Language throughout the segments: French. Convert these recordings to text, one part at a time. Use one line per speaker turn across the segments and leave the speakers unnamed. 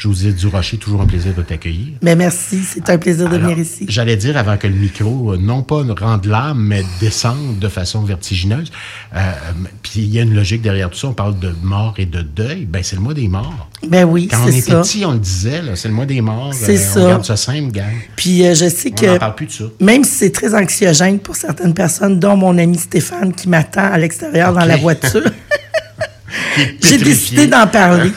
José Durocher, toujours un plaisir de t'accueillir.
Mais Ben, merci, c'est un plaisir de
Alors,
venir ici.
J'allais dire avant que le micro, euh, non pas rende l'âme, mais descende de façon vertigineuse. Euh, Puis il y a une logique derrière tout ça. On parle de mort et de deuil. Ben c'est le mois des morts.
Ben oui,
Quand on
c'est
était
ça.
petit, on le disait, là, c'est le mois des morts.
C'est
euh,
ça.
On garde ça simple, gang.
Puis euh, je sais
On n'en
que
parle plus de ça.
même si c'est très anxiogène pour certaines personnes, dont mon ami Stéphane qui m'attend à l'extérieur dans
Ok.
la voiture, j'ai
Pétrifié.
décidé d'en parler.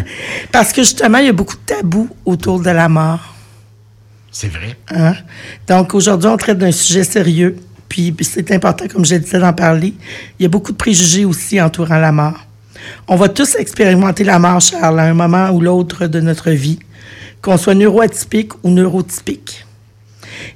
Parce que justement, il y a beaucoup de tabous autour de la mort.
C'est vrai.
hein. Donc aujourd'hui, on traite d'un sujet sérieux. Puis c'est important, comme je le disais, d'en parler. Il y a beaucoup de préjugés aussi entourant la mort. On va tous expérimenter la mort, Charles, à un moment ou l'autre de notre vie, qu'on soit neuroatypique ou neurotypique.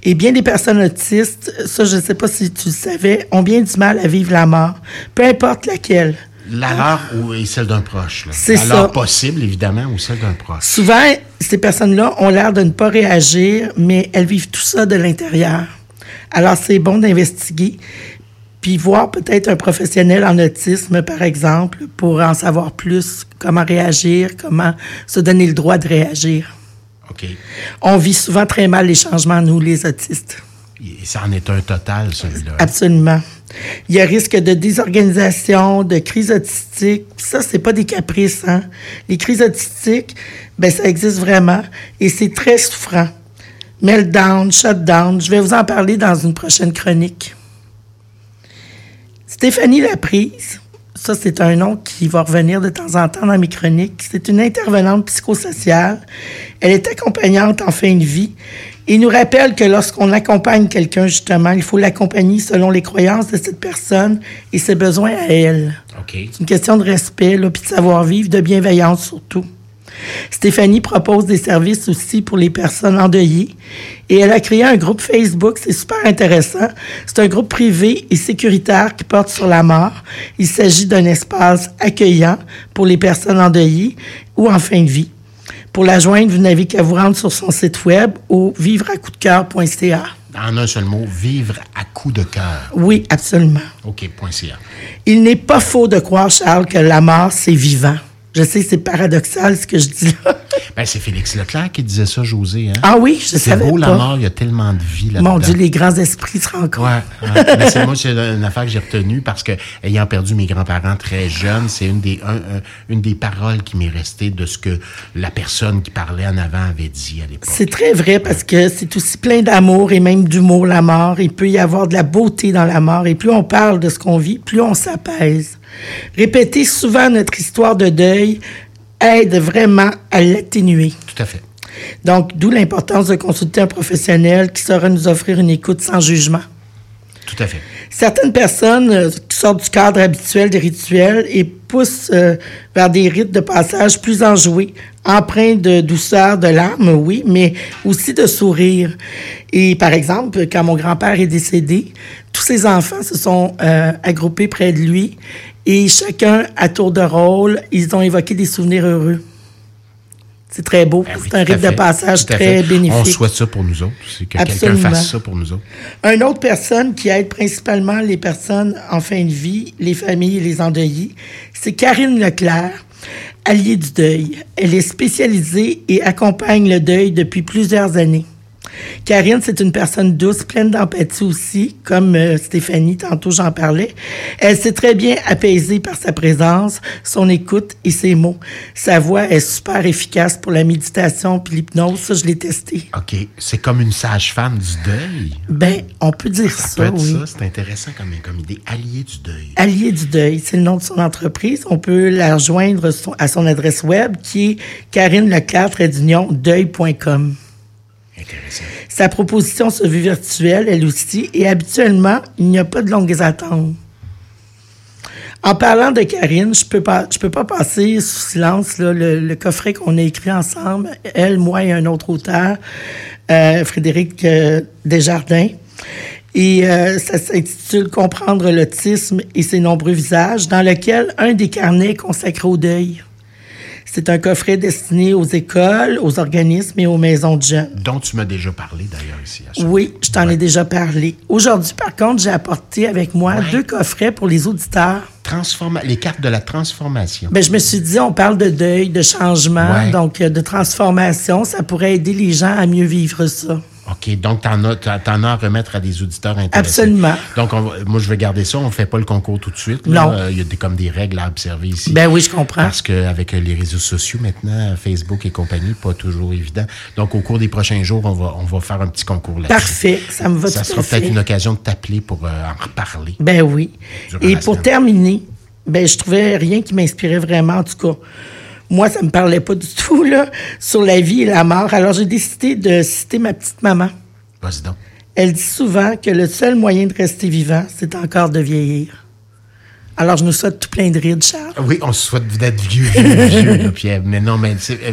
Et bien des personnes autistes, ça je ne sais pas si tu le savais, ont bien du mal à vivre la mort, peu importe laquelle.
La leur ou et celle d'un proche. là.
C'est
La leur
ça.
possible, évidemment, ou celle d'un proche.
Souvent, ces personnes-là ont l'air de ne pas réagir, mais elles vivent tout ça de l'intérieur. Alors, c'est bon d'investiguer, puis voir peut-être un professionnel en autisme, par exemple, pour en savoir plus, comment réagir, comment se donner le droit de réagir.
OK.
On vit souvent très mal les changements, nous, les autistes.
Et ça en est un total, celui-là.
Absolument. Il y a risque de désorganisation, de crise autistique. Puis Ça, c'est pas des caprices. Hein? Les crises autistiques, ben ça existe vraiment et c'est très souffrant. Meltdown, shutdown. Je vais vous en parler dans une prochaine chronique. Stéphanie Laprise, ça c'est un nom qui va revenir de temps en temps dans mes chroniques. C'est une intervenante psychosociale. Elle est accompagnante en fin de vie et nous rappelle que lorsqu'on accompagne quelqu'un justement, il faut l'accompagner selon les croyances de cette personne et ses besoins à elle.
OK.
C'est une question de respect, là, puis de savoir-vivre, de bienveillance surtout. Stéphanie propose des services aussi pour les personnes endeuillées et elle a créé un groupe Facebook, c'est super intéressant. C'est un groupe privé et sécuritaire qui porte sur la mort. Il s'agit d'un espace accueillant pour les personnes endeuillées ou en fin de vie. Pour la joindre, vous n'avez qu'à vous rendre sur son site web au vivreacoudecoeur.ca.
En un seul mot, vivre à coup de cœur.
Oui, absolument.
OK, point CA.
Il n'est pas faux de croire, Charles, que la mort, c'est vivant. Je sais, c'est paradoxal ce que je dis là.
Ben, c'est Félix Leclerc qui disait ça, José. Hein?
Ah oui, je
c'est
savais
beau,
pas.
la mort, il y a tellement de vie là-dedans.
Mon Dieu, les grands esprits se rencontrent.
Ouais, ouais. Mais c'est moi, c'est une affaire que j'ai retenue parce que, ayant perdu mes grands-parents très jeunes, c'est une des, un- un- une des paroles qui m'est restée de ce que la personne qui parlait en avant avait dit à l'époque.
C'est très vrai parce que c'est aussi plein d'amour et même d'humour, la mort. Il peut y avoir de la beauté dans la mort. Et plus on parle de ce qu'on vit, plus on s'apaise. Répéter souvent notre histoire de deuil aide vraiment à l'atténuer.
Tout à fait.
Donc, d'où l'importance de consulter un professionnel qui saura nous offrir une écoute sans jugement.
Tout à fait.
Certaines personnes euh, qui sortent du cadre habituel des rituels et poussent euh, vers des rites de passage plus enjoués, empreints de douceur, de larmes, oui, mais aussi de sourire. Et par exemple, quand mon grand-père est décédé, tous ses enfants se sont euh, agroupés près de lui et chacun à tour de rôle, ils ont évoqué des souvenirs heureux. C'est très beau.
Ben oui,
C'est un
tout à
rite de
fait.
passage
Tout à fait.
très bénéfique.
On souhaite ça pour nous autres. C'est que quelqu'un
Absolument.
fasse ça pour nous autres.
Une autre personne qui aide principalement les personnes en fin de vie, les familles et les endeuillés, c'est Karine Leclerc, alliée du deuil. Elle est spécialisée et accompagne le deuil depuis plusieurs années. Karine, c'est une personne douce, pleine d'empathie aussi, comme euh, Stéphanie, tantôt j'en parlais. Elle s'est très bien apaisée par sa présence, son écoute et ses mots. Sa voix est super efficace pour la méditation puis l'hypnose, ça je l'ai testé.
OK. C'est comme une sage-femme du deuil.
Ben, on peut dire ça,
Ça peut être
oui.
ça. C'est intéressant comme, comme idée. Allié du deuil.
Allier du deuil, c'est le nom de son entreprise. On peut la rejoindre so- à son adresse web qui est Karine deuil.com.
Intéressant.
Sa proposition se vit virtuelle, elle aussi, et habituellement, il n'y a pas de longues attentes. En parlant de Karine, je peux pas, je peux pas passer sous silence là, le, le coffret qu'on a écrit ensemble, elle, moi et un autre auteur, euh, Frédéric euh, Desjardins. Et euh, ça s'intitule Comprendre l'autisme et ses nombreux visages, dans lequel un des carnets est consacré au deuil. C'est un coffret destiné aux écoles, aux organismes et aux maisons de jeunes.
Dont tu m'as déjà parlé d'ailleurs ici. à ce
Oui, je t'en ai déjà parlé. Aujourd'hui, par contre, j'ai apporté avec moi
Ouais.
deux coffrets pour les auditeurs.
transforma les cartes de la transformation.
Ben, je me suis dit, on parle de deuil, de changement,
Ouais.
donc euh, de transformation. Ça pourrait aider les gens à mieux vivre ça.
OK, donc t'en as, t'en- t'en as à remettre à des auditeurs intéressés.
Absolument.
Donc, on va- moi, je vais garder ça. On fait pas le concours tout de suite. là.
Non.
Euh, Il y a des, comme des règles à observer ici.
Ben oui, je comprends.
Parce qu'avec les réseaux sociaux maintenant, Facebook et compagnie, pas toujours évident. Donc, au cours des prochains jours, on va, on va faire un petit concours là-dessus.
Parfait, ça me va
Ça
tout à
sera peut-être
fait.
une occasion de t'appeler pour euh, en reparler.
Ben oui.
Durant
Et
la
pour
semaine.
terminer, ben je trouvais rien qui m'inspirait vraiment, en tout cas. Moi, ça me parlait pas du tout, là, sur la vie et la mort. Alors, j'ai décidé de citer ma petite maman.
Vas-y donc.
Elle dit souvent que le seul moyen de rester vivant, c'est encore de vieillir. Alors, je nous souhaite tout plein de rides, Charles.
Oui, on se souhaite d'être vieux, vieux, vieux, là, puis, euh, mais non, mais c'est, euh,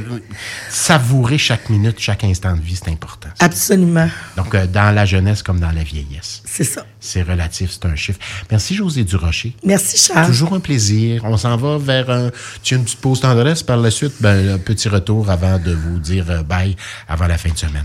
savourer chaque minute, chaque instant de vie, c'est important.
Ah. Absolument.
Donc, euh, dans la jeunesse comme dans la vieillesse.
C'est ça.
C'est relatif, c'est un chiffre. Merci, José Durocher.
Merci, Charles.
Toujours un plaisir. On s'en va vers un. Tu as une petite pause tendresse par la suite. Ben, un petit retour avant de vous dire euh, bye avant la fin de semaine.